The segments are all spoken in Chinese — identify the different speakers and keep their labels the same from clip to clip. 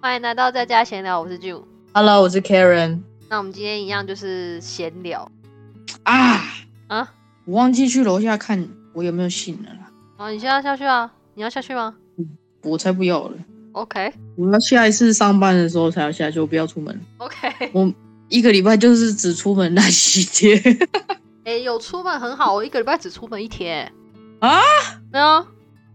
Speaker 1: 欢迎来到在家闲聊，我是 June。
Speaker 2: Hello，我是 Karen
Speaker 1: 那我们今天一样就是闲聊
Speaker 2: 啊
Speaker 1: 啊！
Speaker 2: 我忘记去楼下看我有没有信了啦，
Speaker 1: 啊！你现在下去啊？你要下去吗
Speaker 2: 我才不要了。
Speaker 1: ？OK
Speaker 2: 我要下一次上班的时候才要下去，我不要出门。
Speaker 1: OK，哎、
Speaker 2: 一个礼拜就是只出门那几天
Speaker 1: 哎有出门很好，我一个礼拜只出门一天、欸
Speaker 2: 啊？
Speaker 1: 没有啊，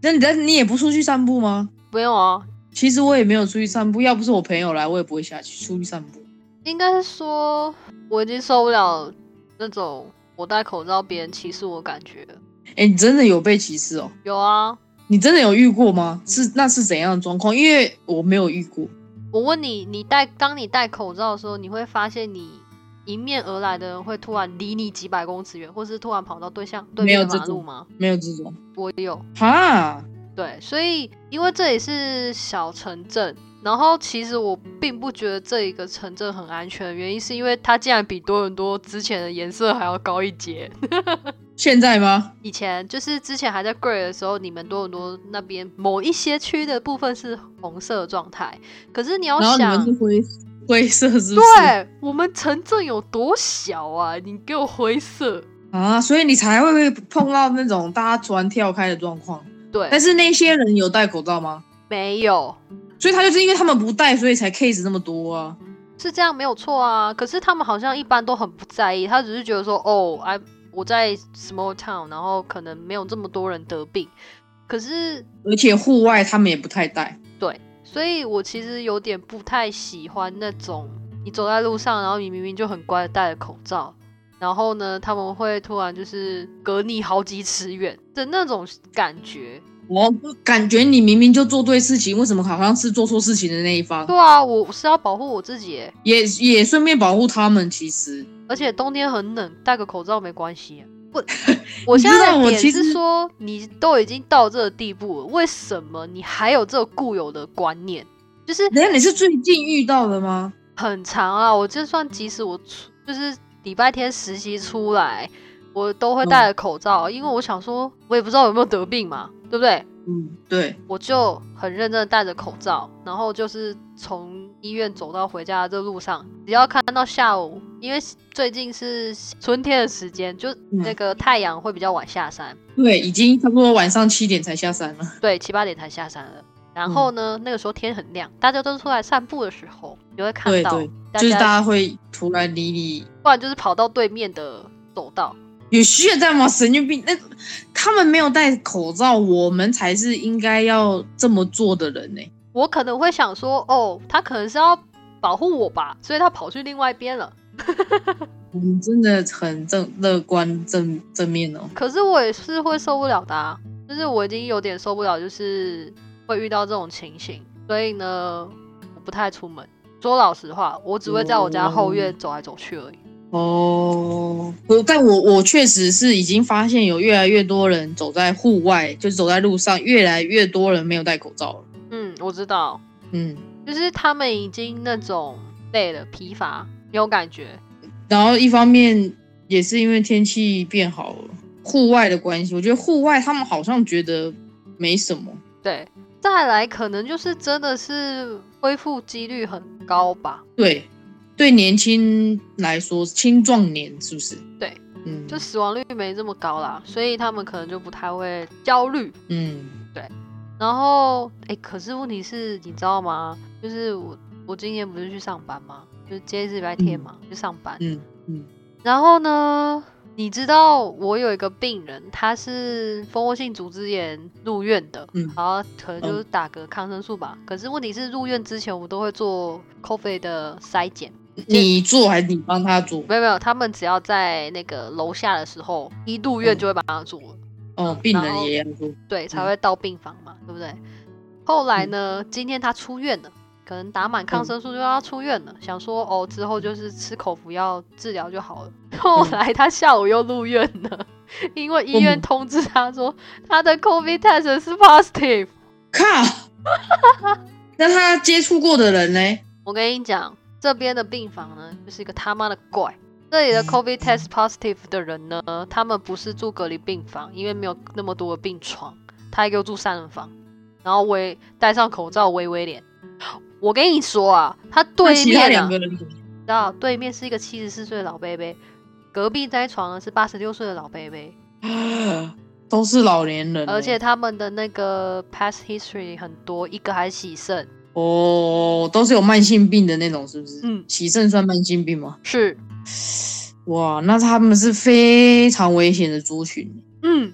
Speaker 2: 那你但是你也不出去散步吗？
Speaker 1: 没有啊，
Speaker 2: 其实我也没有出去散步，要不是我朋友来，我也不会下去出去散步。
Speaker 1: 应该是说我已经受不了那种我戴口罩别人歧视我的感觉了。
Speaker 2: 哎、你真的有被歧视哦？
Speaker 1: 有啊，
Speaker 2: 你真的有遇过吗？是那是怎样的状况？因为我没有遇过。
Speaker 1: 我问你，你戴当你戴口罩的时候，你会发现你迎面而来的人会突然离你几百公尺远，或是突然跑到对象对
Speaker 2: 没有
Speaker 1: 面的
Speaker 2: 这
Speaker 1: 马
Speaker 2: 种
Speaker 1: 路吗？
Speaker 2: 没有这种
Speaker 1: 我有，
Speaker 2: 哈，
Speaker 1: 对，所以因为这里是小城镇，然后其实我并不觉得这一个城镇很安全，原因是因为它竟然比多伦多之前的颜色还要高一截。
Speaker 2: 现在吗？
Speaker 1: 以前就是之前还在贵的时候，你们多伦多那边某一些区的部分是红色的状态，可是你要
Speaker 2: 然后你
Speaker 1: 想
Speaker 2: 们，是灰灰色是不是？
Speaker 1: 对我们城镇有多小啊？你给我灰色，
Speaker 2: 啊，所以你才会被碰到那种大家突然跳开的状况。但
Speaker 1: 对，
Speaker 2: 是那些人有戴口罩吗？
Speaker 1: 没有。
Speaker 2: 所以他就是因为他们不戴，所以才 case 那么多啊。
Speaker 1: 是这样没有错啊，可是他们好像一般都很不在意，他只是觉得说，哦，I 我在 small town，然后可能没有这么多人得病，可是
Speaker 2: 而且户外他们也不太戴。
Speaker 1: 所以我其实有点不太喜欢那种你走在路上，然后你明明就很乖的戴了口罩，然后呢他们会突然就是隔你好几尺远的那种感觉。
Speaker 2: 我感觉你明明就做对事情，为什么好像是做错事情的那一方？
Speaker 1: 对啊，我是要保护我自己耶，
Speaker 2: 也也顺便保护他们。其实
Speaker 1: 而且冬天很冷，戴个口罩没关系啊。 我我现在
Speaker 2: 你知道
Speaker 1: 的
Speaker 2: 我
Speaker 1: 点
Speaker 2: 其
Speaker 1: 是
Speaker 2: 实
Speaker 1: 说，你都已经到这个地步了，为什么你还有这个固有的观念？就是
Speaker 2: 等一下你是最近遇到的吗？
Speaker 1: 很长啊，我就算即使我出就是礼拜天实习出来，我都
Speaker 2: 嗯
Speaker 1: 会戴着口罩，因为我想说，我也不知道有没有得病嘛，对不对？
Speaker 2: 嗯，对，
Speaker 1: 我就很认真的戴着口罩，然后就是从医院走到回家的这路上，只要看到下午，因为最近是春天的时间，就
Speaker 2: 嗯
Speaker 1: 那个太阳会比较晚下山，
Speaker 2: 对，已经差不多晚上七点才下山了。
Speaker 1: 对，七八点才下山了。然
Speaker 2: 嗯
Speaker 1: 后呢，那个时候天很亮，大家都出来散步的时候，你会看
Speaker 2: 对
Speaker 1: 到
Speaker 2: 对，
Speaker 1: 大
Speaker 2: 就是大
Speaker 1: 家，
Speaker 2: 家会突然理你。
Speaker 1: 不然就是跑到对面的走道。
Speaker 2: 有需要这样吗？神经病！那他们没有戴口罩，我们才是应该要这么做的人呢、
Speaker 1: 我可能会想说，哦，他可能是要保护我吧，所以他跑去另外一边了。
Speaker 2: 我们真的很正乐观正正面哦。
Speaker 1: 可是我也是会受不了的、啊，就是我已经有点受不了，就是会遇到这种情形，所以呢，我不太出门。说老实话，我只会在我家后院走来走去而已。
Speaker 2: 哦，我但我我确实是已经发现有越来越多人走在户外，就是走在路上，越来越多人没有戴口罩了。
Speaker 1: 嗯，我知道，
Speaker 2: 嗯，
Speaker 1: 就是他们已经那种累了、疲乏，有感觉。
Speaker 2: 然后一方面也是因为天气变好了，户外的关系，我觉得户外他们好像觉得没什么。
Speaker 1: 对，再来可能就是真的是恢复几率很高吧。
Speaker 2: 对，对年轻来说，青壮年是不是？
Speaker 1: 对，
Speaker 2: 嗯，
Speaker 1: 就死亡率没这么高啦，所以他们可能就不太会焦虑。
Speaker 2: 嗯，
Speaker 1: 然后，哎，可是问题是，你知道吗？就是我我今天不是去上班吗？就是今天是礼拜天嘛，去上班。
Speaker 2: 嗯嗯
Speaker 1: 然后呢，你知道我有一个病人，他是蜂窝性组织炎入院的，
Speaker 2: 嗯
Speaker 1: 然后可能就是打个抗生素吧。可是问题是，入院之前我都会做 COVID 的筛检。
Speaker 2: 你做还是你帮他做？
Speaker 1: 没有没有，他们只要在那个楼下的时候，一入院
Speaker 2: 嗯
Speaker 1: 就会把它做了。
Speaker 2: 哦，病
Speaker 1: 嗯然
Speaker 2: 人
Speaker 1: 后
Speaker 2: 也要做。
Speaker 1: 对，才会到病房嘛，对不对？后来呢，今天他出院了，可能打满抗生素就要出院了，想说哦，之后就是吃口服药治疗就好了。后来他下午又入院了，因为医院
Speaker 2: 嗯
Speaker 1: 通知他说他的 COVID test 是 positive。
Speaker 2: 靠！ 那他接触过的人呢？
Speaker 1: 我跟你讲，这边的病房呢，就是一个他妈的怪。这里的
Speaker 2: 嗯
Speaker 1: COVID test positive 的人呢，他们不是住隔离病房，因为没有那么多的病床，他还给我住三人房，然后围戴上口罩，微微脸。我跟你说啊，他
Speaker 2: 那
Speaker 1: 对
Speaker 2: 其他
Speaker 1: 面
Speaker 2: 两
Speaker 1: 啊，
Speaker 2: 个人怎么
Speaker 1: 你知道对面是一个七十四岁的老伯伯，隔壁那一床呢是八十六岁的老伯伯，
Speaker 2: 啊都是老年人欸，
Speaker 1: 而且他们的那个 past history 很多，一个还洗肾，
Speaker 2: 哦，都是有慢性病的那种，是不是？
Speaker 1: 嗯，
Speaker 2: 洗肾算慢性病吗？
Speaker 1: 是，
Speaker 2: 哇，那他们是非常危险的族群，
Speaker 1: 嗯，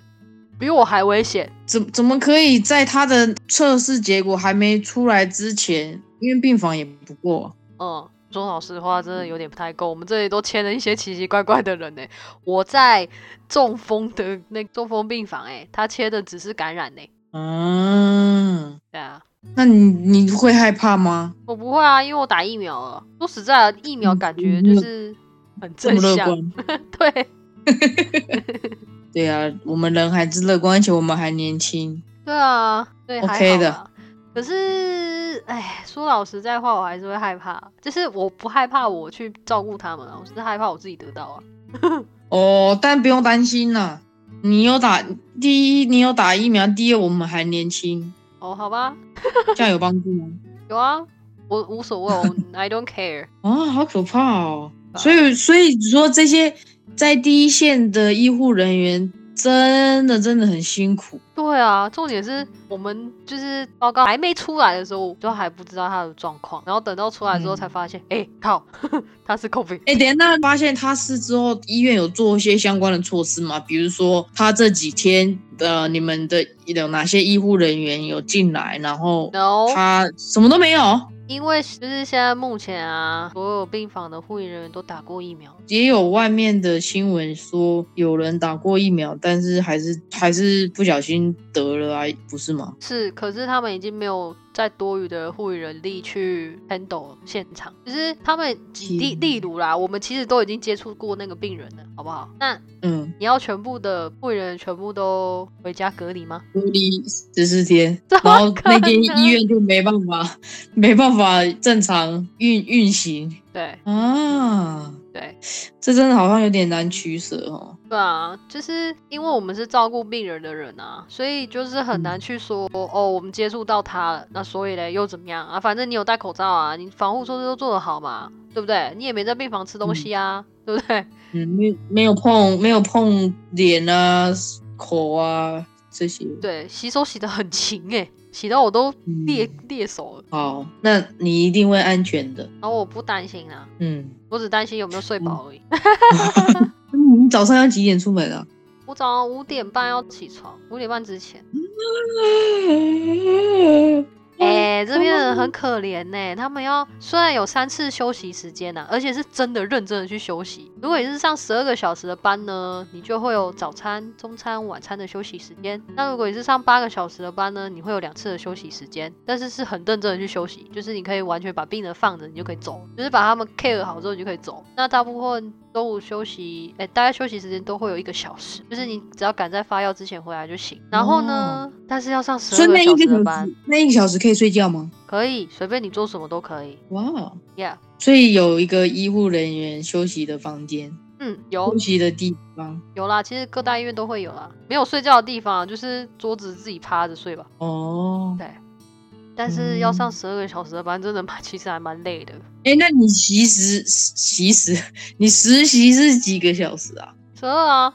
Speaker 1: 比我还危险。
Speaker 2: 怎怎么可以在他的测试结果还没出来之前，因为病房也不过啊、
Speaker 1: 嗯，说老实话，真的有点不太够。我们这里都签了一些奇奇怪怪的人呢、我在中风的那中风病房、欸，他切的只是感染呢、
Speaker 2: 嗯，
Speaker 1: 对啊，
Speaker 2: 那你你会害怕吗？
Speaker 1: 我不会啊，因为我打疫苗了。说实在的，疫苗感觉就是很
Speaker 2: 这
Speaker 1: 正
Speaker 2: 么乐
Speaker 1: 向，
Speaker 2: 观？
Speaker 1: 对
Speaker 2: 对啊，我们人还是乐观，而且我们还年轻。
Speaker 1: 对啊，对
Speaker 2: OK
Speaker 1: 还好啦。可是，哎，说老实在话，我还是会害怕。就是我不害怕我去照顾他们啊，我是害怕我自己得到啊。
Speaker 2: 哦，但不用担心啦、你有打第一，你有打疫苗；第二，我们还年轻，
Speaker 1: 哦，好吧，
Speaker 2: 这样有帮助吗？
Speaker 1: 有啊，我无所谓我 ，I don't care。
Speaker 2: 啊，好可怕哦！
Speaker 1: 啊
Speaker 2: 所以，所以说这些在第一线的医护人员真的真的很辛苦。
Speaker 1: 对啊，重点是
Speaker 2: 嗯
Speaker 1: 我们就是报告还没出来的时候，就还不知道他的状况，然后等到出来之后
Speaker 2: 嗯
Speaker 1: 才发现，哎、靠， 他是 COVID。
Speaker 2: 哎，等一下那发现他是之后，医院有做一些相关的措施吗？比如说他这几天呃，你们的有哪些医护人员有进来，然后
Speaker 1: No，
Speaker 2: 他什么都没有，
Speaker 1: 因为就是现在目前啊，所有病房的护理人员都打过疫苗，
Speaker 2: 也有外面的新闻说有人打过疫苗，但是还是还是不小心得了啊，不是吗？
Speaker 1: 是，可是他们已经没有再多余的护理人力去 handle 现场，就是他们
Speaker 2: 嗯
Speaker 1: 例例如啦，我们其实都已经接触过那个病人了，好不好？那
Speaker 2: 嗯，
Speaker 1: 你要全部的护理人员全部都回家隔离吗？
Speaker 2: 隔离十四天，
Speaker 1: 怎
Speaker 2: 然
Speaker 1: 么
Speaker 2: 后那
Speaker 1: 可
Speaker 2: 间
Speaker 1: 能
Speaker 2: 医院就没办法，没办法正常运运行
Speaker 1: 对
Speaker 2: 啊。
Speaker 1: 对，
Speaker 2: 这真的好像有点难取舍哦。
Speaker 1: 对啊，就是因为我们是照顾病人的人啊，所以就是很
Speaker 2: 嗯
Speaker 1: 难去说、哦，我们接触到他了，那所以嘞又怎么样啊？反正你有戴口罩啊，你防护措施都做得好嘛，对不对？你也没在病房吃东西啊，对不对？
Speaker 2: 嗯，没没有碰，没有碰脸啊、口啊这些。
Speaker 1: 对，洗手洗得很勤诶、洗到我都
Speaker 2: 嗯
Speaker 1: 裂、裂手了。
Speaker 2: 好，那你一定会安全的。
Speaker 1: 然后我不担心啊，
Speaker 2: 嗯，
Speaker 1: 我只担心有没有睡饱而已。
Speaker 2: 嗯你早上要几点出门啊？
Speaker 1: 我早上五点半要起床，五点半之前。哎、这边的人很可怜呢、他们要虽然有三次休息时间呢、啊而且是真的认真的去休息。如果你是上十二个小时的班呢，你就会有早餐、中餐、晚餐的休息时间。那如果你是上八个小时的班呢，你会有两次的休息时间，但是是很认真的去休息，就是你可以完全把病人放着，你就可以走，就是把他们 care 好之后你就可以走。那大部分中午休息，哎、大概休息时间都会有一个小时，就是你只要赶在发药之前回来就行。然后呢，但是要上十
Speaker 2: 所
Speaker 1: 二
Speaker 2: 以
Speaker 1: 个
Speaker 2: 那
Speaker 1: 小
Speaker 2: 一
Speaker 1: 时的
Speaker 2: 个小
Speaker 1: 班
Speaker 2: 时，，那一个小时可以睡觉吗？
Speaker 1: 可以随便你做什么都可以。
Speaker 2: 哇、哦，
Speaker 1: Yeah，
Speaker 2: 所以有一个医护人员休息的房间。
Speaker 1: 嗯，有
Speaker 2: 休息的地方。
Speaker 1: 有啦，其实各大医院都会有啦。没有睡觉的地方，就是桌子自己趴着睡吧。
Speaker 2: 哦，
Speaker 1: 对，但是要上
Speaker 2: 嗯
Speaker 1: 十二个小时的班，真的蛮其实还蛮累的。
Speaker 2: 哎、那你其实其实 你实习是几个小时啊？
Speaker 1: 十二啊，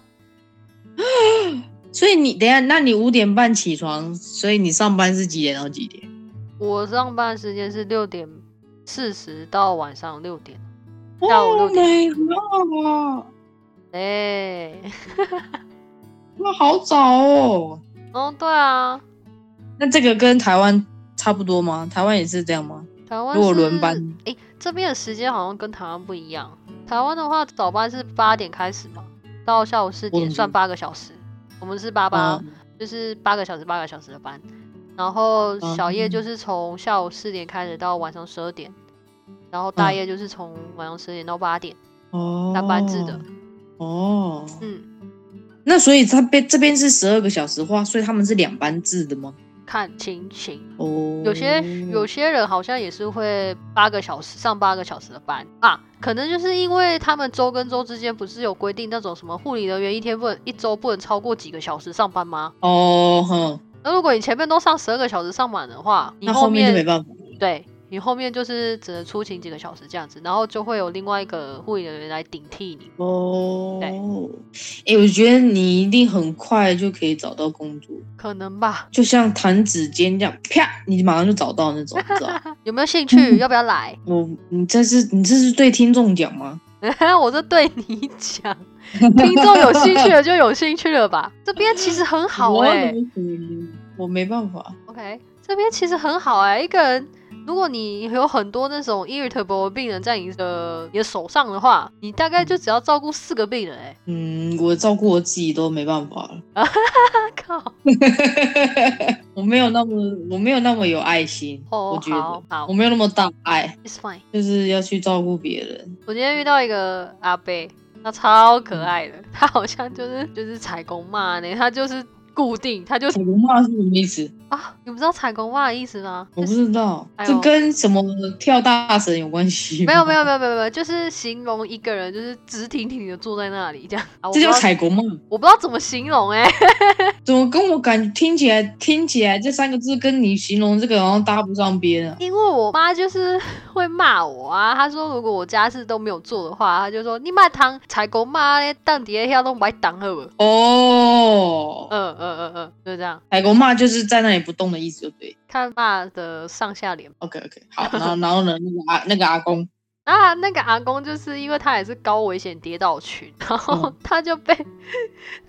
Speaker 2: 所以你等一下，那你五点半起床，所以你上班是几点到几点？
Speaker 1: 我上班时间是六点四十到晚上六点，下午六点。
Speaker 2: 点。哇，
Speaker 1: 哎、
Speaker 2: 那好早哦。
Speaker 1: 哦，对啊，
Speaker 2: 那这个跟台湾差不多吗？台湾也是这样吗？
Speaker 1: 台湾
Speaker 2: 如果
Speaker 1: 是
Speaker 2: 轮班，
Speaker 1: 哎、这边的时间好像跟台湾不一样。台湾的话，早班是八点开始嘛，到下午四
Speaker 2: 我
Speaker 1: 点
Speaker 2: 懂
Speaker 1: 算八个小时。我们是八
Speaker 2: 啊
Speaker 1: 八、就是八个小时八个小时的班，然后小
Speaker 2: 啊
Speaker 1: 夜就是从下午四点开始到晚上十二点，然后大
Speaker 2: 嗯
Speaker 1: 夜就是从晚上十点到八点，
Speaker 2: 哦，
Speaker 1: 大班制的。
Speaker 2: 哦，
Speaker 1: 嗯，
Speaker 2: 那所以他边这边是十二个小时话，所以他们是两班制的吗？
Speaker 1: 看情形。
Speaker 2: 哦，
Speaker 1: 有些有些人好像也是会八个小时上八个小时的班啊，可能就是因为他们周跟周之间不是有规定那种什么护理人员一天不能一周不能超过几个小时上班吗？
Speaker 2: 哦，哼，
Speaker 1: 那如果你前面都上十二个小时上满的话，你
Speaker 2: 那后面就没
Speaker 1: 面
Speaker 2: 办法。
Speaker 1: 对你后面就是只能出勤几个小时这样子，然后就会有另外一个护理人员来顶替你。
Speaker 2: 哦，哎、我觉得你一定很快就可以找到工作，
Speaker 1: 可能吧？
Speaker 2: 就像弹指间这样，啪，你马上就找到那种，你 知道吗？
Speaker 1: 有没有兴 趣？要不要来？
Speaker 2: 我，你这是你这是对听众讲吗？
Speaker 1: 我就对你讲，听众有兴趣了就有兴趣了吧。这边其实很好
Speaker 2: 我
Speaker 1: 哎、
Speaker 2: 要怎么回你我没办法。
Speaker 1: OK，这边其实很好哎、一个人，如果你有很多那种 irritable 的病人在你的你的手上的话，你大概就只要照顾四个病人哎、
Speaker 2: 嗯，我照顾我自己都没办法了，
Speaker 1: 啊靠！
Speaker 2: 我没有那么我没有那么有爱心，
Speaker 1: 哦
Speaker 2: 我，觉
Speaker 1: 好
Speaker 2: 得
Speaker 1: 好
Speaker 2: 我没有那么大爱，
Speaker 1: ，It's fine。
Speaker 2: 就是要去照顾别人。
Speaker 1: 我今天遇到一个阿伯，他超可爱的， 他好像就是就是采工骂呢，他就是固定，他就是
Speaker 2: 彩虹骂是什么意思？
Speaker 1: 啊，你不知道采工骂的意思吗？
Speaker 2: 我
Speaker 1: 就
Speaker 2: 不
Speaker 1: 是
Speaker 2: 知道，
Speaker 1: 哎呦
Speaker 2: 这跟什么跳大神有关系？
Speaker 1: 没有没有，没有没有没有，就是形容一个人就是直挺挺的坐在那里这样。啊、我不
Speaker 2: 这
Speaker 1: 知
Speaker 2: 叫
Speaker 1: 道
Speaker 2: 彩虹骂。
Speaker 1: 我不知道怎么形容哎、
Speaker 2: 怎么跟我感听起来听起来这三个字跟你形容这个好像搭不上边啊？
Speaker 1: 因为我妈就是 会骂我啊，她说如果我家事都没有做的话，她就说你买糖采购骂嘞，当底下都买糖好不好？
Speaker 2: 哦，
Speaker 1: 嗯嗯嗯嗯，就这样，
Speaker 2: 彩虹骂就是在那里不动的意思，就对。
Speaker 1: 看骂的上下联。
Speaker 2: OK OK，好， 然后然后呢，那个阿那个阿公，
Speaker 1: 啊，那个阿公就是因为他也是高危险跌倒群，然后
Speaker 2: 嗯
Speaker 1: 他就被，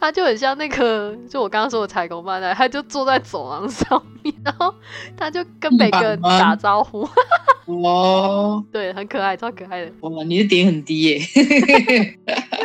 Speaker 1: 他就很像那个，就我刚刚说的采购妈那，他就坐在走廊上面， 然后他就跟每个人
Speaker 2: 地板吗
Speaker 1: 打招呼，
Speaker 2: 哦，
Speaker 1: 对，很可爱，超可爱的，
Speaker 2: 哇，你的点很低耶、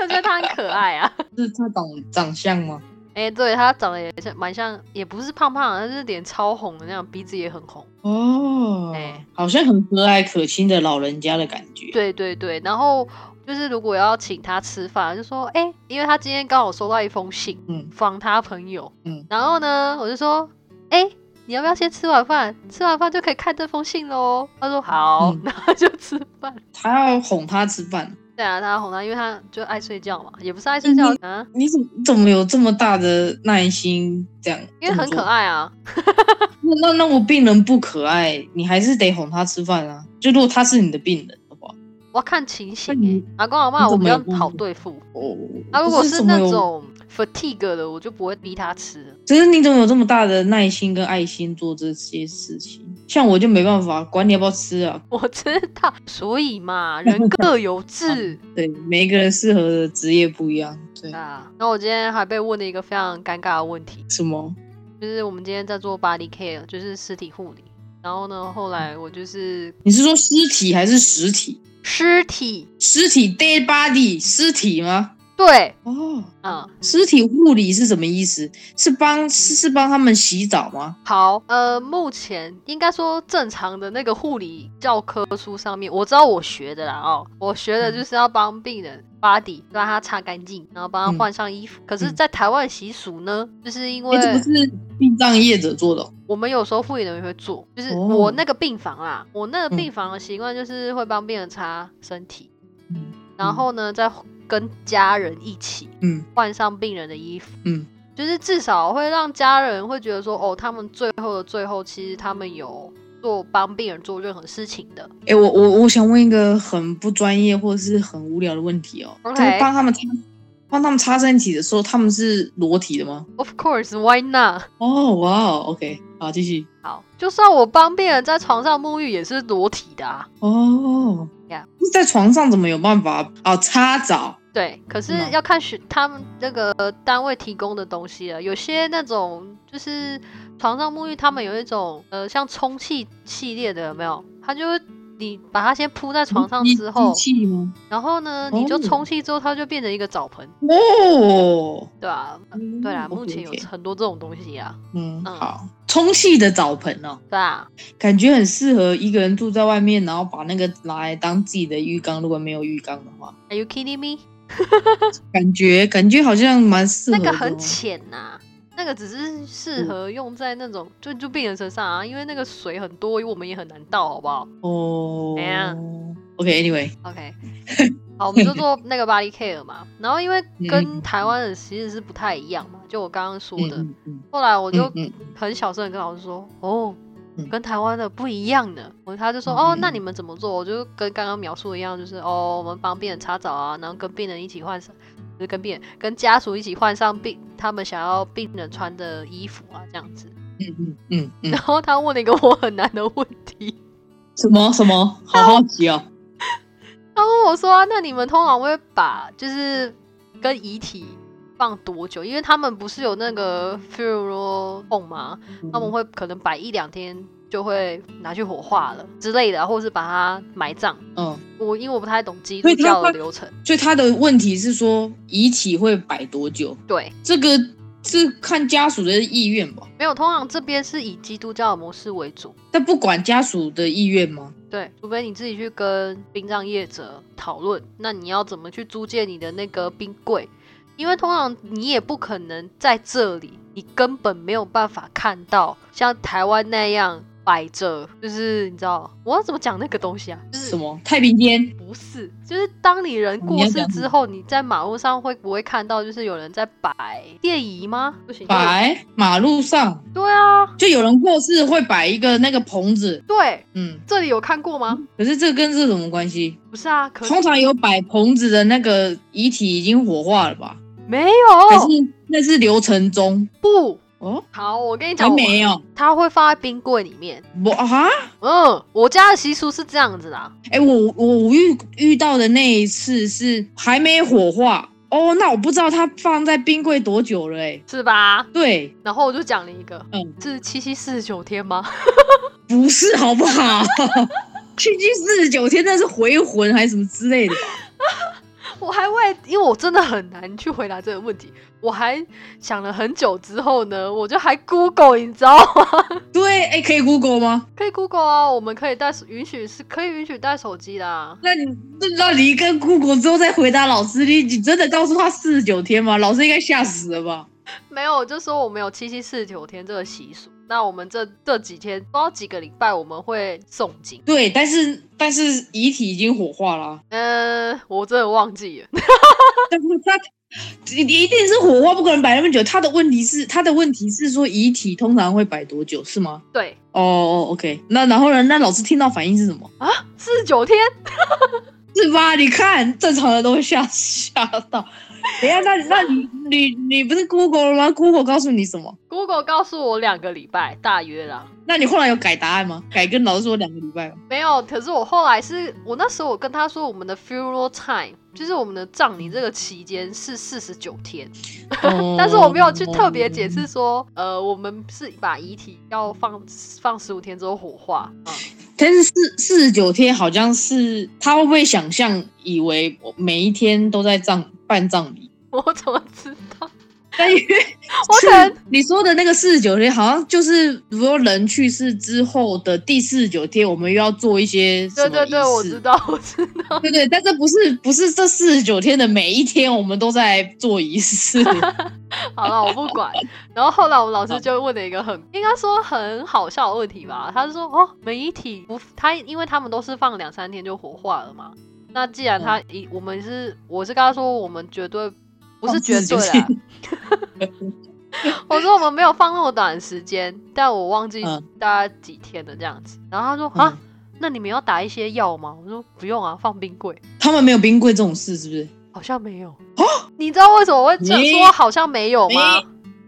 Speaker 1: 我觉得他很可爱啊。
Speaker 2: 是他长长相吗？
Speaker 1: 哎、对他长得也像蛮像，也不是胖胖的，但是脸超红的那样，鼻子也很红。
Speaker 2: 哦，
Speaker 1: 哎
Speaker 2: 好像很和蔼可亲的老人家的感觉。
Speaker 1: 对对对，然后就是如果要请他吃饭，就说哎、因为他今天刚好收到一封信，
Speaker 2: 嗯
Speaker 1: 访他朋友，
Speaker 2: 嗯，
Speaker 1: 然后呢，我就说哎、你要不要先吃晚饭？吃完饭就可以看这封信喽。他说好，
Speaker 2: 嗯
Speaker 1: 然后就吃饭。
Speaker 2: 他要哄他吃饭，
Speaker 1: 对啊，他哄他，因为他就爱睡觉嘛，也不是爱睡觉、啊，
Speaker 2: 你怎你怎么有这么大的耐心？这样，
Speaker 1: 因为很可爱啊。
Speaker 2: 这么做。那那那我病人不可爱，你还是得哄他吃饭啊。就如果他是你的病人的话，
Speaker 1: 我要看情形、
Speaker 2: 那你
Speaker 1: 欸，阿公阿妈我
Speaker 2: 你怎
Speaker 1: 比
Speaker 2: 么
Speaker 1: 较
Speaker 2: 有办
Speaker 1: 好
Speaker 2: 法
Speaker 1: 对付。
Speaker 2: 哦，
Speaker 1: 啊，如果
Speaker 2: 这
Speaker 1: 是
Speaker 2: 怎么
Speaker 1: 那
Speaker 2: 有，
Speaker 1: 种 fatigue 的，我就不会逼他吃。
Speaker 2: 只是你怎么有这么大的耐心跟爱心做这些事情？像我就没办法，管你要不要吃啊。
Speaker 1: 我知道，所以 嘛，人各有志
Speaker 2: 对，每一个人适合的职业不一样。对，
Speaker 1: 啊。然后我今天还被问了一个非常尴尬的问题，
Speaker 2: 什么？
Speaker 1: 就是我们今天在做 body care，就是尸体护理。然后呢，后来我就是
Speaker 2: 你是说尸体还是实体？
Speaker 1: 尸体，
Speaker 2: 尸体 dead body 尸体吗？
Speaker 1: 对，
Speaker 2: 哦，
Speaker 1: 嗯，
Speaker 2: 尸体护理是什么意思？是帮是是帮他们洗澡吗？
Speaker 1: 好，呃，目前应该说正常的那个护理教科书上面，我知道我学的啦哦，我学的
Speaker 2: 嗯
Speaker 1: 就是要帮病人 body 让他擦干净，然后帮他
Speaker 2: 嗯
Speaker 1: 换上衣服。可是，在台湾习俗呢，就是因为
Speaker 2: 哎、这不是殡葬业者做的哦、
Speaker 1: 我们有时候护理人员会做，就是
Speaker 2: 哦
Speaker 1: 我那个病房啦，我那个
Speaker 2: 嗯
Speaker 1: 病房的习惯就是会帮病人擦身体，
Speaker 2: 嗯
Speaker 1: 然后呢再跟家人一起
Speaker 2: 嗯
Speaker 1: 换上病人的衣服，
Speaker 2: 嗯，
Speaker 1: 就是至少会让家人会觉得说，哦，他们最后的最后，其实他们有做帮病人做任何事情的。
Speaker 2: 哎、我我我想问一个很不专业或者是很无聊的问题哦。
Speaker 1: OK
Speaker 2: 就是帮他们擦帮他们擦身体的时候，他们是裸体的吗？
Speaker 1: Of course, why not？
Speaker 2: 哦，哇哦，OK，好，继续。
Speaker 1: 好，就算我帮病人在床上沐浴也是裸体的啊。
Speaker 2: 哦
Speaker 1: Yeah
Speaker 2: 那在床上怎么有办法哦擦澡？
Speaker 1: 对，可是
Speaker 2: 是吗
Speaker 1: 要看学他们那个单位提供的东西了。有些那种就是床上沐浴，他们有一种呃，像充气系列的，有没有？它就会你把它先铺在床上
Speaker 2: 机
Speaker 1: 之后
Speaker 2: 机，器吗？
Speaker 1: 然后呢，你就
Speaker 2: 嗯哦
Speaker 1: 充气之后，它就变成一个澡盆，
Speaker 2: 哦，
Speaker 1: 对吧、呃对啦，目前有
Speaker 2: 嗯 OK，OK
Speaker 1: 很多这种东西啊，
Speaker 2: 嗯，
Speaker 1: 嗯
Speaker 2: 好，充气的澡盆哦，
Speaker 1: 对啊，
Speaker 2: 感觉很适合一个人住在外面，然后把那个拿来当自己的浴缸。如果没有浴缸的话，
Speaker 1: Are you kidding me？
Speaker 2: 感觉感觉好像蛮适
Speaker 1: 那
Speaker 2: 合的、
Speaker 1: 个
Speaker 2: 哦。
Speaker 1: 很浅呐、那个只是适
Speaker 2: 嗯
Speaker 1: 合用在那种就就病人身上啊，因为那个水很多，我们也很难倒，好不好？
Speaker 2: 哦
Speaker 1: 怎样。
Speaker 2: OK，Anyway，、
Speaker 1: OK，好，我们就做那个 body care 嘛。然后因为跟
Speaker 2: 嗯
Speaker 1: 台湾人其实是不太一样嘛，就我刚刚说
Speaker 2: 嗯
Speaker 1: 的。
Speaker 2: 嗯嗯
Speaker 1: 后来我就
Speaker 2: 嗯嗯
Speaker 1: 很小声的跟老师说：“哦，
Speaker 2: 嗯
Speaker 1: 跟台湾的不一样呢。我他就说，
Speaker 2: 嗯
Speaker 1: 哦，那你们怎么做？我就跟刚刚描述的一样，就是哦，我们帮病人擦澡啊，然后跟病人一起换上，就是跟病人跟家属一起换上病他们想要病人穿的衣服啊，这样子。
Speaker 2: 嗯嗯嗯
Speaker 1: 然
Speaker 2: 嗯，
Speaker 1: 后他问了一个我很难的问题，
Speaker 2: 什么什么，好好 奇哦。
Speaker 1: 他问我说、啊，那你们通常会把就是跟遗体放多久？因为他们不是有那个 funeral home 吗？他
Speaker 2: 嗯
Speaker 1: 们会可能摆一两天就会拿去火化了之类的啊，或是把它埋葬。
Speaker 2: 嗯，
Speaker 1: 我因为我不太懂基督
Speaker 2: 所以他
Speaker 1: 教的
Speaker 2: 会
Speaker 1: 流程，
Speaker 2: 所以他的问题是说遗体会摆多久？
Speaker 1: 对，
Speaker 2: 这个是看家属的意愿吧？
Speaker 1: 没有。通常这边是以基督教的模式为主，
Speaker 2: 但不管家属的意愿吗？
Speaker 1: 对，除非你自己去跟殡葬业者讨论，那你要怎么去租借你的那个冰柜？因为通常你也不可能在这里，你根本没有办法看到像台湾那样摆着，就是你知道我要怎么讲那个东西啊？就是
Speaker 2: 什么太平间？
Speaker 1: 不是，就是当你人过
Speaker 2: 你要
Speaker 1: 世
Speaker 2: 讲什
Speaker 1: 之
Speaker 2: 么
Speaker 1: 后，你在马路上会不会看到，就是有人在摆电椅吗？不行，
Speaker 2: 摆马路上
Speaker 1: 对啊，
Speaker 2: 就有人过世会摆一个那个棚子，
Speaker 1: 对，
Speaker 2: 嗯，
Speaker 1: 这里有看过吗？
Speaker 2: 可是这跟这什么关系？
Speaker 1: 不是啊，可
Speaker 2: 通常有摆棚子的那个遗体已经火化了吧？
Speaker 1: 没
Speaker 2: 还
Speaker 1: 有，
Speaker 2: 是那是流程中
Speaker 1: 不
Speaker 2: 哦？
Speaker 1: 好，我跟你
Speaker 2: 还
Speaker 1: 讲，
Speaker 2: 没有
Speaker 1: 它会放在冰柜里面。
Speaker 2: 我啊？
Speaker 1: 嗯，我家的习俗是这样子的啊、
Speaker 2: 哎、我我遇遇到的那一次是还没火化哦，那我不知道它放在冰柜多久了哎、
Speaker 1: 是吧？
Speaker 2: 对，
Speaker 1: 然后我就讲了一个，
Speaker 2: 嗯
Speaker 1: 是七七四十九天吗？
Speaker 2: 不是好不好？ 去去四十九天那是回魂还是什么之类的吧？
Speaker 1: 我还为，因为我真的很难去回答这个问题，我还想了很久之后呢，我就还 Google，你知道吗？
Speaker 2: 对，哎、可以 Google 吗？
Speaker 1: 可以 Google 啊，我们可以带手允许是可以允许带手机的、啊。
Speaker 2: 那你那那你一个 Google 之后再回答老师，你你真的告诉他四十九天吗？老师应该吓死了吧？
Speaker 1: 没有，我就说我们有七七四十九天这个习俗。那我们这这几天不知道几个礼拜我们会诵经。
Speaker 2: 对，但是但是遗体已经火化啊啦、
Speaker 1: 嗯、我真的忘记了。
Speaker 2: 但是他一一定是火化，不可能摆那么久。他的问题是，他的问题是说遗体通常会摆多久，是吗？
Speaker 1: 对，
Speaker 2: 哦哦，OK。那然后呢？那老师听到反应是什么？
Speaker 1: 四十九天。
Speaker 2: 是吧？你看，正常人都会吓吓到。 等一下，那那你你你不是 Google 了吗？Google 告诉你什么？
Speaker 1: Google 告诉我两个礼
Speaker 2: 嗯
Speaker 1: 拜大约啦。
Speaker 2: 那你后来有改答案吗？改跟老师说两个礼拜吗？
Speaker 1: 没有，可是我后来是我那时候我跟他说我们的 funeral time 就是我们的葬礼这个期间是四十九天，
Speaker 2: 哦
Speaker 1: 但是我没有去特别解释说，呃，我们是把遗体要放放十五天之后火化。 嗯
Speaker 2: 但是四四十九天好像是他会不会想象以为我每一天都在葬办葬礼？
Speaker 1: 我怎么知道？
Speaker 2: 但因为
Speaker 1: 我可能
Speaker 2: 是你说的那个四十九天，好像就是如果人去世之后的第四十九天，我们又要做一些什
Speaker 1: 对
Speaker 2: 么
Speaker 1: 对对，
Speaker 2: 仪
Speaker 1: 我
Speaker 2: 式
Speaker 1: 知道，我知道。
Speaker 2: 对对，但这不是不是这四十九天的每一天，我们都在做仪 式。
Speaker 1: 好了，我不管。然后后来我们
Speaker 2: 嗯
Speaker 1: 老师就问了一个很应该说很好笑的问题吧，他就说哦，媒体不，他因为他们都是放两三天就火化了嘛。那既然
Speaker 2: 嗯
Speaker 1: 他一、我们是我是跟他说我们绝对不是
Speaker 2: 放
Speaker 1: 绝对
Speaker 2: 49
Speaker 1: 啦，我说我们没有放那么短的时间，但我忘记
Speaker 2: 嗯
Speaker 1: 大概几天了这样子。然后他说啊
Speaker 2: 嗯，
Speaker 1: 那你们要打一些药吗？我说不用啊，放冰柜。
Speaker 2: 他们没有冰柜这种事，是不是？
Speaker 1: 好像没有。
Speaker 2: 哦
Speaker 1: 你知道为什么我会讲
Speaker 2: 没
Speaker 1: 说好像没有吗？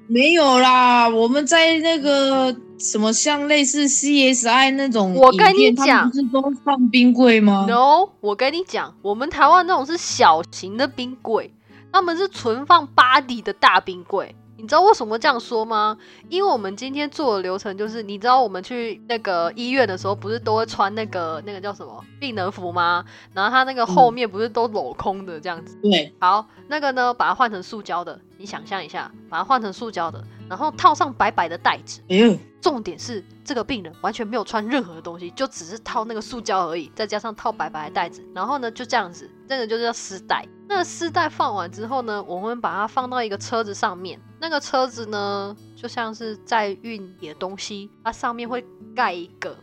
Speaker 2: 没有啦，我们在那个什么像类似 CSI 那种
Speaker 1: 我跟你
Speaker 2: 影片他们
Speaker 1: 讲
Speaker 2: 不是都放冰柜吗
Speaker 1: No，我跟你讲，我们台湾那种是小型的冰柜，他们是存放 body 的大冰柜。你知道为什么这样说吗？因为我们今天做的流程就是，你知道我们去那个医院的时候，不是都会穿那个那个叫什么病人服吗？然后它那个后面不是都镂空的这样子。
Speaker 2: 对，
Speaker 1: 好，那个呢，把它换成塑胶的，你想象一下，把它换成塑胶的，然后套上白白的袋子。
Speaker 2: 哎呦，
Speaker 1: 重点是这个病人完全没有穿任何东西，就只是套那个塑胶而已，再加上套白白的袋子，然后呢就这样子，那个就叫丝带。那个丝带放完之后呢，我们把它放到一个车子上面，那个车子呢就像是在运你的东西，它上面会盖一个。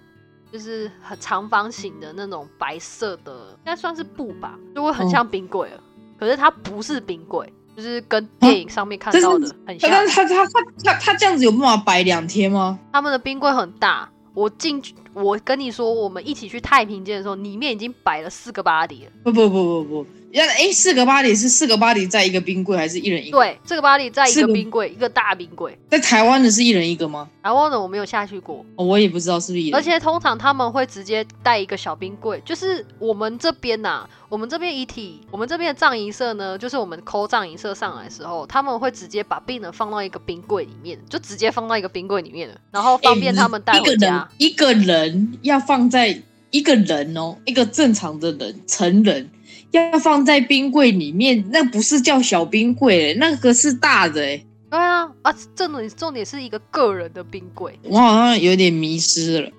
Speaker 1: 就是很长方形的那种白色的，应该算是布吧，就会
Speaker 2: 嗯
Speaker 1: 很像冰柜了。可是它不是冰柜，就是跟电影上面看
Speaker 2: 啊这是
Speaker 1: 到的很像。
Speaker 2: 但他他他他他这样子有办法摆两天吗？
Speaker 1: 他们的冰柜很大，我进去，我跟你说，我们一起去太平间的时候，里面已经摆了四个 body 了。
Speaker 2: 不不不不不，要哎，四个巴黎是四个巴黎在一个冰柜，还是一人一个？
Speaker 1: 对，这个 body 在一
Speaker 2: 嗯四
Speaker 1: 个
Speaker 2: 个
Speaker 1: 冰柜，一个大冰柜。
Speaker 2: 在台湾的是一人一个吗？
Speaker 1: 然后呢，我没有下去过，
Speaker 2: 哦我也不知道是不是一人。
Speaker 1: 而且通常他们会直接带一个小冰柜，就是我们这边呐、我们这边遗体，我们这边的葬仪社呢，就是我们抠葬仪社上来的时候，他们会直接把病人放到一个冰柜里面，就直接放到一个冰柜里面了，然后方便他们带
Speaker 2: 哎一个
Speaker 1: 回
Speaker 2: 人
Speaker 1: 家。
Speaker 2: 一个人要放在一个人哦，一个正常的人成人要放在冰柜里面，那不是叫小冰柜、那个是大的、欸。
Speaker 1: 对啊，啊，重点重点是一个个人的冰柜，
Speaker 2: 我好像有点迷失了。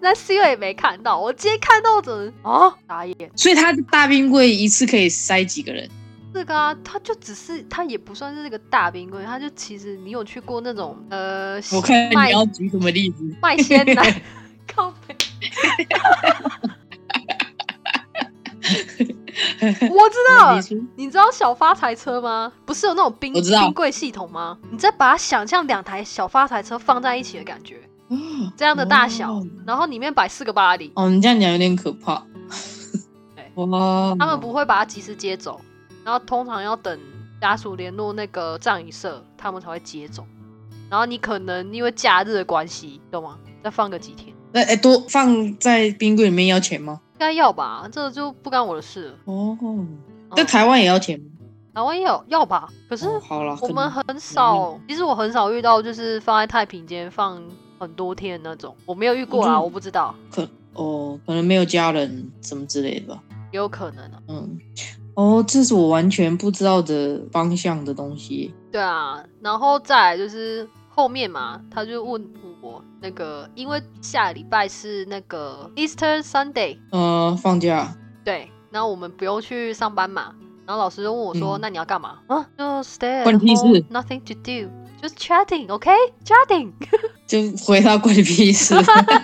Speaker 1: 那 C 位也没看到，我今天看到整啊傻眼。
Speaker 2: 所以他大冰柜一次可以塞几个人？
Speaker 1: 这个啊，它就只是它也不算是一个大冰柜，它就其实你有去过那种呃，
Speaker 2: 我看
Speaker 1: 卖
Speaker 2: 你要举什么例子？
Speaker 1: 卖鲜 奶，靠北。我知道
Speaker 2: 你，说
Speaker 1: 你知道小发财车吗？不是有那种冰
Speaker 2: 我知道
Speaker 1: 冰柜系统吗？你再把它想象两台小发财车放在一起的感觉，这样的大小，
Speaker 2: 哦
Speaker 1: 然后里面摆四个巴黎，
Speaker 2: 哦，你这样讲有点可怕
Speaker 1: 对。
Speaker 2: 哇，
Speaker 1: 他们不会把它及时接走，然后通常要等家属联络那个葬仪社，他们才会接走。然后你可能因为假日的关系，懂吗？再放个几天，
Speaker 2: 那哎、多放在冰柜里面要钱吗？
Speaker 1: 应该要吧？这就不干我的事了。
Speaker 2: 哦，
Speaker 1: 嗯
Speaker 2: 在台湾也要钱吗？
Speaker 1: 台湾也有要吧？可是
Speaker 2: 哦、嗯好了，
Speaker 1: 我
Speaker 2: 可
Speaker 1: 们
Speaker 2: 能
Speaker 1: 很少，其实我很少遇到就是放在太平间放很多天那种，我没有遇过啦，
Speaker 2: 嗯
Speaker 1: 我不知道，
Speaker 2: 可哦，可能没有家人什么之类的吧。
Speaker 1: 也有可能啊。
Speaker 2: 嗯，哦，这是我完全不知道的方向的东西。
Speaker 1: 对啊，然后再来就是后面嘛，他就问我那个，因为下礼拜是那个 Easter Sunday，
Speaker 2: 呃，放假
Speaker 1: 对，然后我们不用去上班嘛，然后老师就问我说，
Speaker 2: 嗯
Speaker 1: 那你要干嘛？啊，就 stay at
Speaker 2: 关你屁
Speaker 1: home,
Speaker 2: 事
Speaker 1: nothing to do。Just chatting，OK？Chatting，、
Speaker 2: 就回到关你屁事。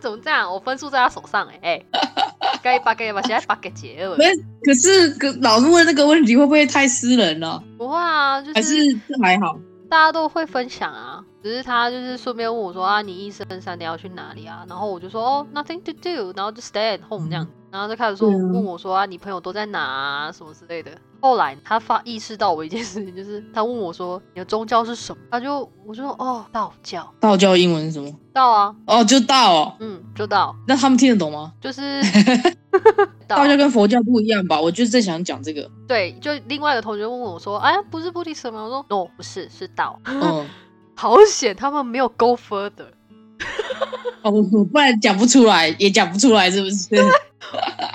Speaker 1: 怎么这样？我分数在他手上、欸，哎、欸，该把该把现在把给结了。
Speaker 2: 可是，可老是问这个问题，会不会太私人了？
Speaker 1: 不会啊，就
Speaker 2: 还
Speaker 1: 是
Speaker 2: 是这还好？
Speaker 1: 大家都会分享啊，只是他就是顺便问我说啊，你一生三年要去哪里啊？然后我就说哦，nothing to do，然后就 stay at home
Speaker 2: 嗯
Speaker 1: 这样，然后就开始说
Speaker 2: 对啊
Speaker 1: 问我说啊，你朋友都在哪啊，什么之类的。后来他发意识到我一件事情，就是他问我说你的宗教是什么？他就我就说哦，道教，
Speaker 2: 道教英文是什么？
Speaker 1: 道啊，
Speaker 2: 哦，就道哦。
Speaker 1: 嗯，就道，
Speaker 2: 那他们听得懂吗？
Speaker 1: 就是 道
Speaker 2: 道教跟佛教不一样吧？我就是正想讲这个。
Speaker 1: 对，就另外一个同学问我说，哎，不是 Buddhist 吗？我说 no，不是，是道。
Speaker 2: 嗯，
Speaker 1: 好险，他们没有 go further。
Speaker 2: 哦，我我不然讲不出来，也讲不出来，是不是？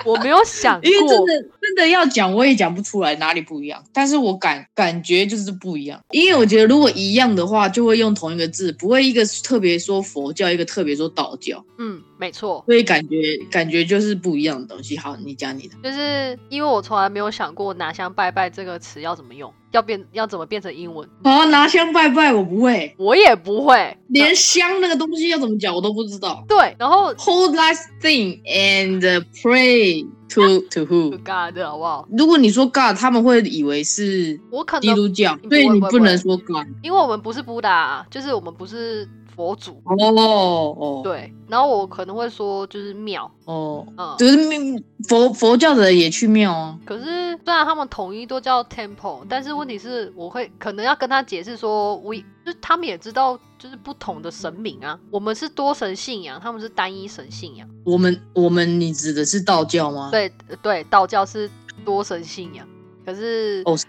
Speaker 1: 我没有想过，
Speaker 2: 因为真的真的要讲，我也讲不出来哪里不一样，但是我感感觉就是不一样。因为我觉得如果一样的话，就会用同一个字，不会一个特别说佛教，一个特别说道教，
Speaker 1: 嗯，没错，
Speaker 2: 所以感觉感觉就是不一样的东西。好，你讲你的，
Speaker 1: 就是因为我从来没有想过“拿香拜拜”这个词要怎么用，要变要怎么变成英文，
Speaker 2: 好、拿香拜拜，我不会，
Speaker 1: 我也不会。
Speaker 2: 啊连香那个东西要怎么讲我都不知道。
Speaker 1: 对，然后
Speaker 2: Hold that thing and pray to to who？
Speaker 1: God 的好不好？
Speaker 2: 如果你说 God，他们会以为是
Speaker 1: 我可
Speaker 2: 基
Speaker 1: 能
Speaker 2: 督教，
Speaker 1: 不
Speaker 2: 所
Speaker 1: 会
Speaker 2: 以你
Speaker 1: 不会
Speaker 2: 不
Speaker 1: 不会
Speaker 2: 能说 God。
Speaker 1: 因为我们不是布达，就是我们不是佛祖，
Speaker 2: 哦哦，
Speaker 1: 对。然后我可能会说就是庙，
Speaker 2: 哦，
Speaker 1: 嗯。
Speaker 2: 就是命佛佛教的人也去庙啊。
Speaker 1: 可是虽然他们统一都叫 temple，但是问题是我会可能要跟他解释说，我就是他们也知道就是不同的神明啊，我们是多神信仰，他们是单一神信仰。
Speaker 2: 我们我们你指的是道教吗？，
Speaker 1: 对呃对，道教是多神信仰，可是、
Speaker 2: 哦是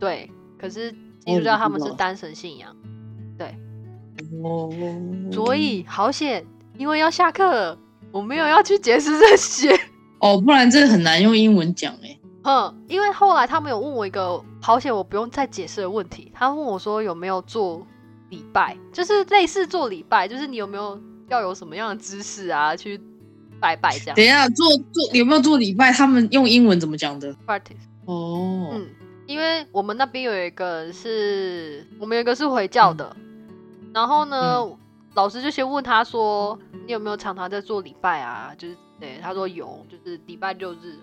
Speaker 1: 对，可是基
Speaker 2: 哦
Speaker 1: 督教
Speaker 2: 我
Speaker 1: 他
Speaker 2: 知
Speaker 1: 们是
Speaker 2: 道
Speaker 1: 单神信仰，
Speaker 2: 哦，
Speaker 1: 所以
Speaker 2: 嗯
Speaker 1: 好险，因为要下课了，我没有要去解释这些。
Speaker 2: 哦，不然这很难用英文讲哎、
Speaker 1: 哼，因为后来他们有问我一个好险我不用再解释的问题，他问我说有没有做礼拜，就是类似做礼拜，就是你有没有要有什么样的知识啊去拜拜这样
Speaker 2: 等一下做做有没有做礼拜？他们用英文怎么讲的？
Speaker 1: practice。
Speaker 2: 哦，
Speaker 1: 嗯，因为我们那边有一个是，我们有一个是回教的，然后呢，老师就先问他说，你有没有常常在做礼拜啊？就是，对，他说有，就是礼拜六日，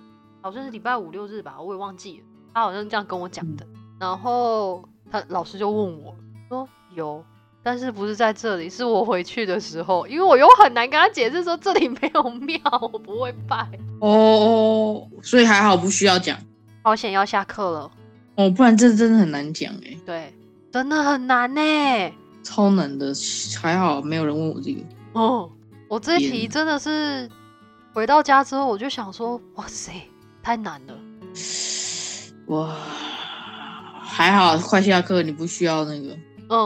Speaker 1: 好像是礼拜五六日吧，我也忘记了，嗯他好像这样跟我讲的。然后他老师就问我说有，但是不是在这里，是我回去的时候，因为我又很难跟他解释说这里没有庙，我不会拜。
Speaker 2: 哦哦，所以还好不需要讲
Speaker 1: 好险要下课了，
Speaker 2: 哦，不然这真的很难讲哎、
Speaker 1: 对，真的很难呢、欸
Speaker 2: 超难的。还好没有人问我这个。
Speaker 1: 哦，我这一题
Speaker 2: 天
Speaker 1: 真的是回到家之后，我就想说，哇塞，太难了。
Speaker 2: 哇，还好快下课，你不需要那个。
Speaker 1: 嗯，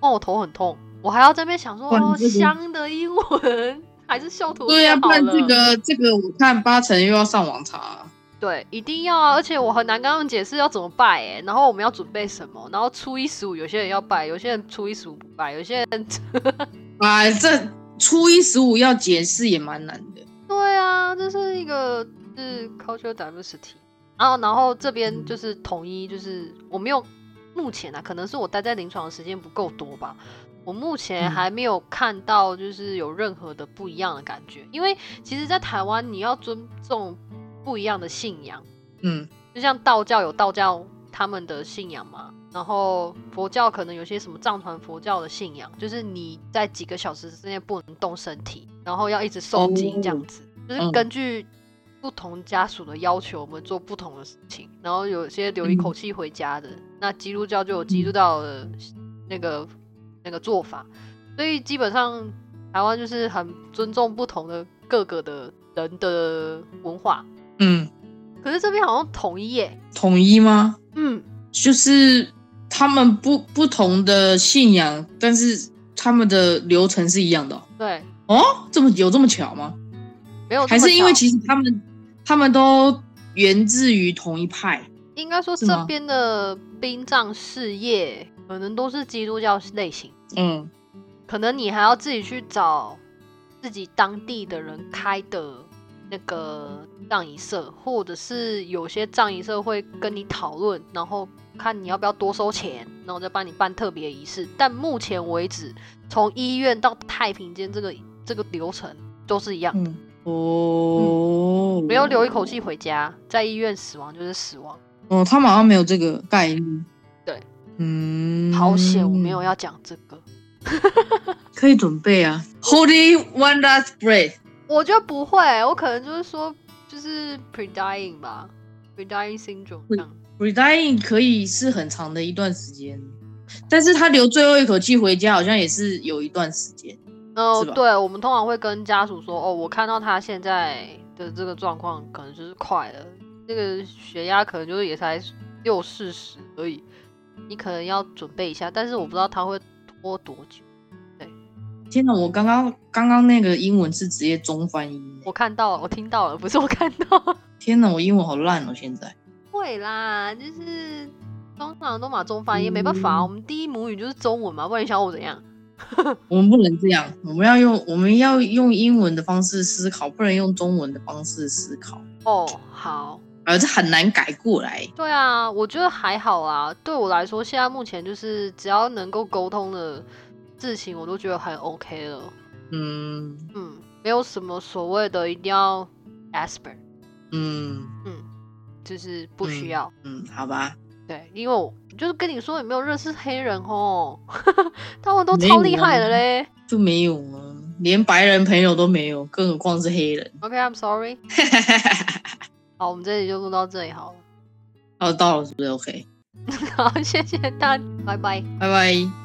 Speaker 1: 哦，我头很痛，我还要在那边想说，
Speaker 2: 哇你
Speaker 1: 哦，
Speaker 2: 这个
Speaker 1: 香的英文还是修图
Speaker 2: 对呀、啊
Speaker 1: 好
Speaker 2: 不然这
Speaker 1: 了
Speaker 2: 个这个我看八成又要上网查。
Speaker 1: 对，一定要啊！而且我很难跟他们解释要怎么拜哎、然后我们要准备什么，然后初一十五有些人要拜，有些人初一十五不拜，有些人
Speaker 2: 啊，这初一十五要解释也蛮难的。
Speaker 1: 对啊，这是一个是 cultural diversity。然后，然后这边就是统一，就是我没有目前啊，可能是我待在临床的时间不够多吧。我目前
Speaker 2: 嗯
Speaker 1: 还没有看到就是有任何的不一样的感觉，因为其实，在台湾你要尊重不一样的信仰。
Speaker 2: 嗯，
Speaker 1: 就像道教有道教他们的信仰嘛，然后佛教可能有些什么藏传佛教的信仰，就是你在几个小时之内不能动身体，然后要一直诵经
Speaker 2: 哦
Speaker 1: 这样子，就是
Speaker 2: 嗯
Speaker 1: 根据不同家属的要求，我们做不同的事情。然后有些留
Speaker 2: 嗯
Speaker 1: 一口气回家的，那基督教就有基督教的那个那个做法，所以基本上台湾就是很尊重不同的各个的人的文化。
Speaker 2: 嗯，
Speaker 1: 可是这边好像统一耶、
Speaker 2: 统一吗？
Speaker 1: 嗯，
Speaker 2: 就是他们不不同的信仰，但是他们的流程是一样的哦。
Speaker 1: 对，
Speaker 2: 哦这么有这么巧吗？
Speaker 1: 没哦有这
Speaker 2: 还
Speaker 1: 么
Speaker 2: 是因为
Speaker 1: 巧
Speaker 2: 其实他们他们都源自于同一派？
Speaker 1: 应该说
Speaker 2: 是
Speaker 1: 这
Speaker 2: 吗
Speaker 1: 边的殡葬事业可能都是基督教类型，
Speaker 2: 嗯，
Speaker 1: 可能你还要自己去找自己当地的人开的那个葬仪社，或者是有些葬仪社会跟你讨论，然后看你要不要多收钱，然后再帮你办特别仪式。但目前为止，从医院到太平间这个这个流程都是一样，
Speaker 2: 嗯，哦，
Speaker 1: 没有留一口。气回家，在医院死亡就是死亡。
Speaker 2: 哦，他们好像没有这个概念。
Speaker 1: 对，
Speaker 2: 嗯，
Speaker 1: 好险，我没有，要讲这个。
Speaker 2: 可以准备啊。Holy one last breath。
Speaker 1: 我觉得不会，我可能就是说，就是 pre dying 吧，pre dying syndrome
Speaker 2: 嗯
Speaker 1: 这样。
Speaker 2: Redying 可以是很长的一段时间，但是他留最后一口气回家，好像也是有一段时间。
Speaker 1: 嗯
Speaker 2: 是，吧
Speaker 1: 对，我们通常会跟家属说，哦，我看到他现在的这个状况，可能就是快了，这个血压可能就是也才六四十而已，你可能要准备一下，但是我不知道他会拖多久。
Speaker 2: 天哪，我刚刚刚刚那个英文是直接中翻英欸。
Speaker 1: 我看到了，我听到了，不是我看到 了。
Speaker 2: 天哪，我英文好烂哦，现 在。
Speaker 1: 会啦，就是通常都马中翻译，没办
Speaker 2: 嗯
Speaker 1: 法啊，我们第一母语就是中文嘛，不然你想我怎样？
Speaker 2: 我们不能这样，我们要用我们要用英文的方式思考，不能用中文的方式思考。
Speaker 1: 哦，好。
Speaker 2: 啊，这很难改过来。
Speaker 1: 对啊，我觉得还好啊。对我来说，现在目前就是只要能够沟通的事情，我都觉得很 OK 了。
Speaker 2: 嗯
Speaker 1: 嗯，没有什么所谓的一定要 asper，
Speaker 2: 嗯
Speaker 1: 就是不需要。
Speaker 2: 嗯，好吧。
Speaker 1: 对，因为我就是跟你说，也没有认识黑人哦， 他们都
Speaker 2: 没
Speaker 1: 超
Speaker 2: 有
Speaker 1: 厉害的
Speaker 2: 啊
Speaker 1: 嘞。
Speaker 2: 就没有啊，连白人朋友都没有，更何况是黑人。
Speaker 1: OK，I'm、sorry。好，我们这里就录到这里好了。
Speaker 2: 哦，到了是不是？OK，
Speaker 1: 好，谢谢大家，拜拜。
Speaker 2: 拜拜。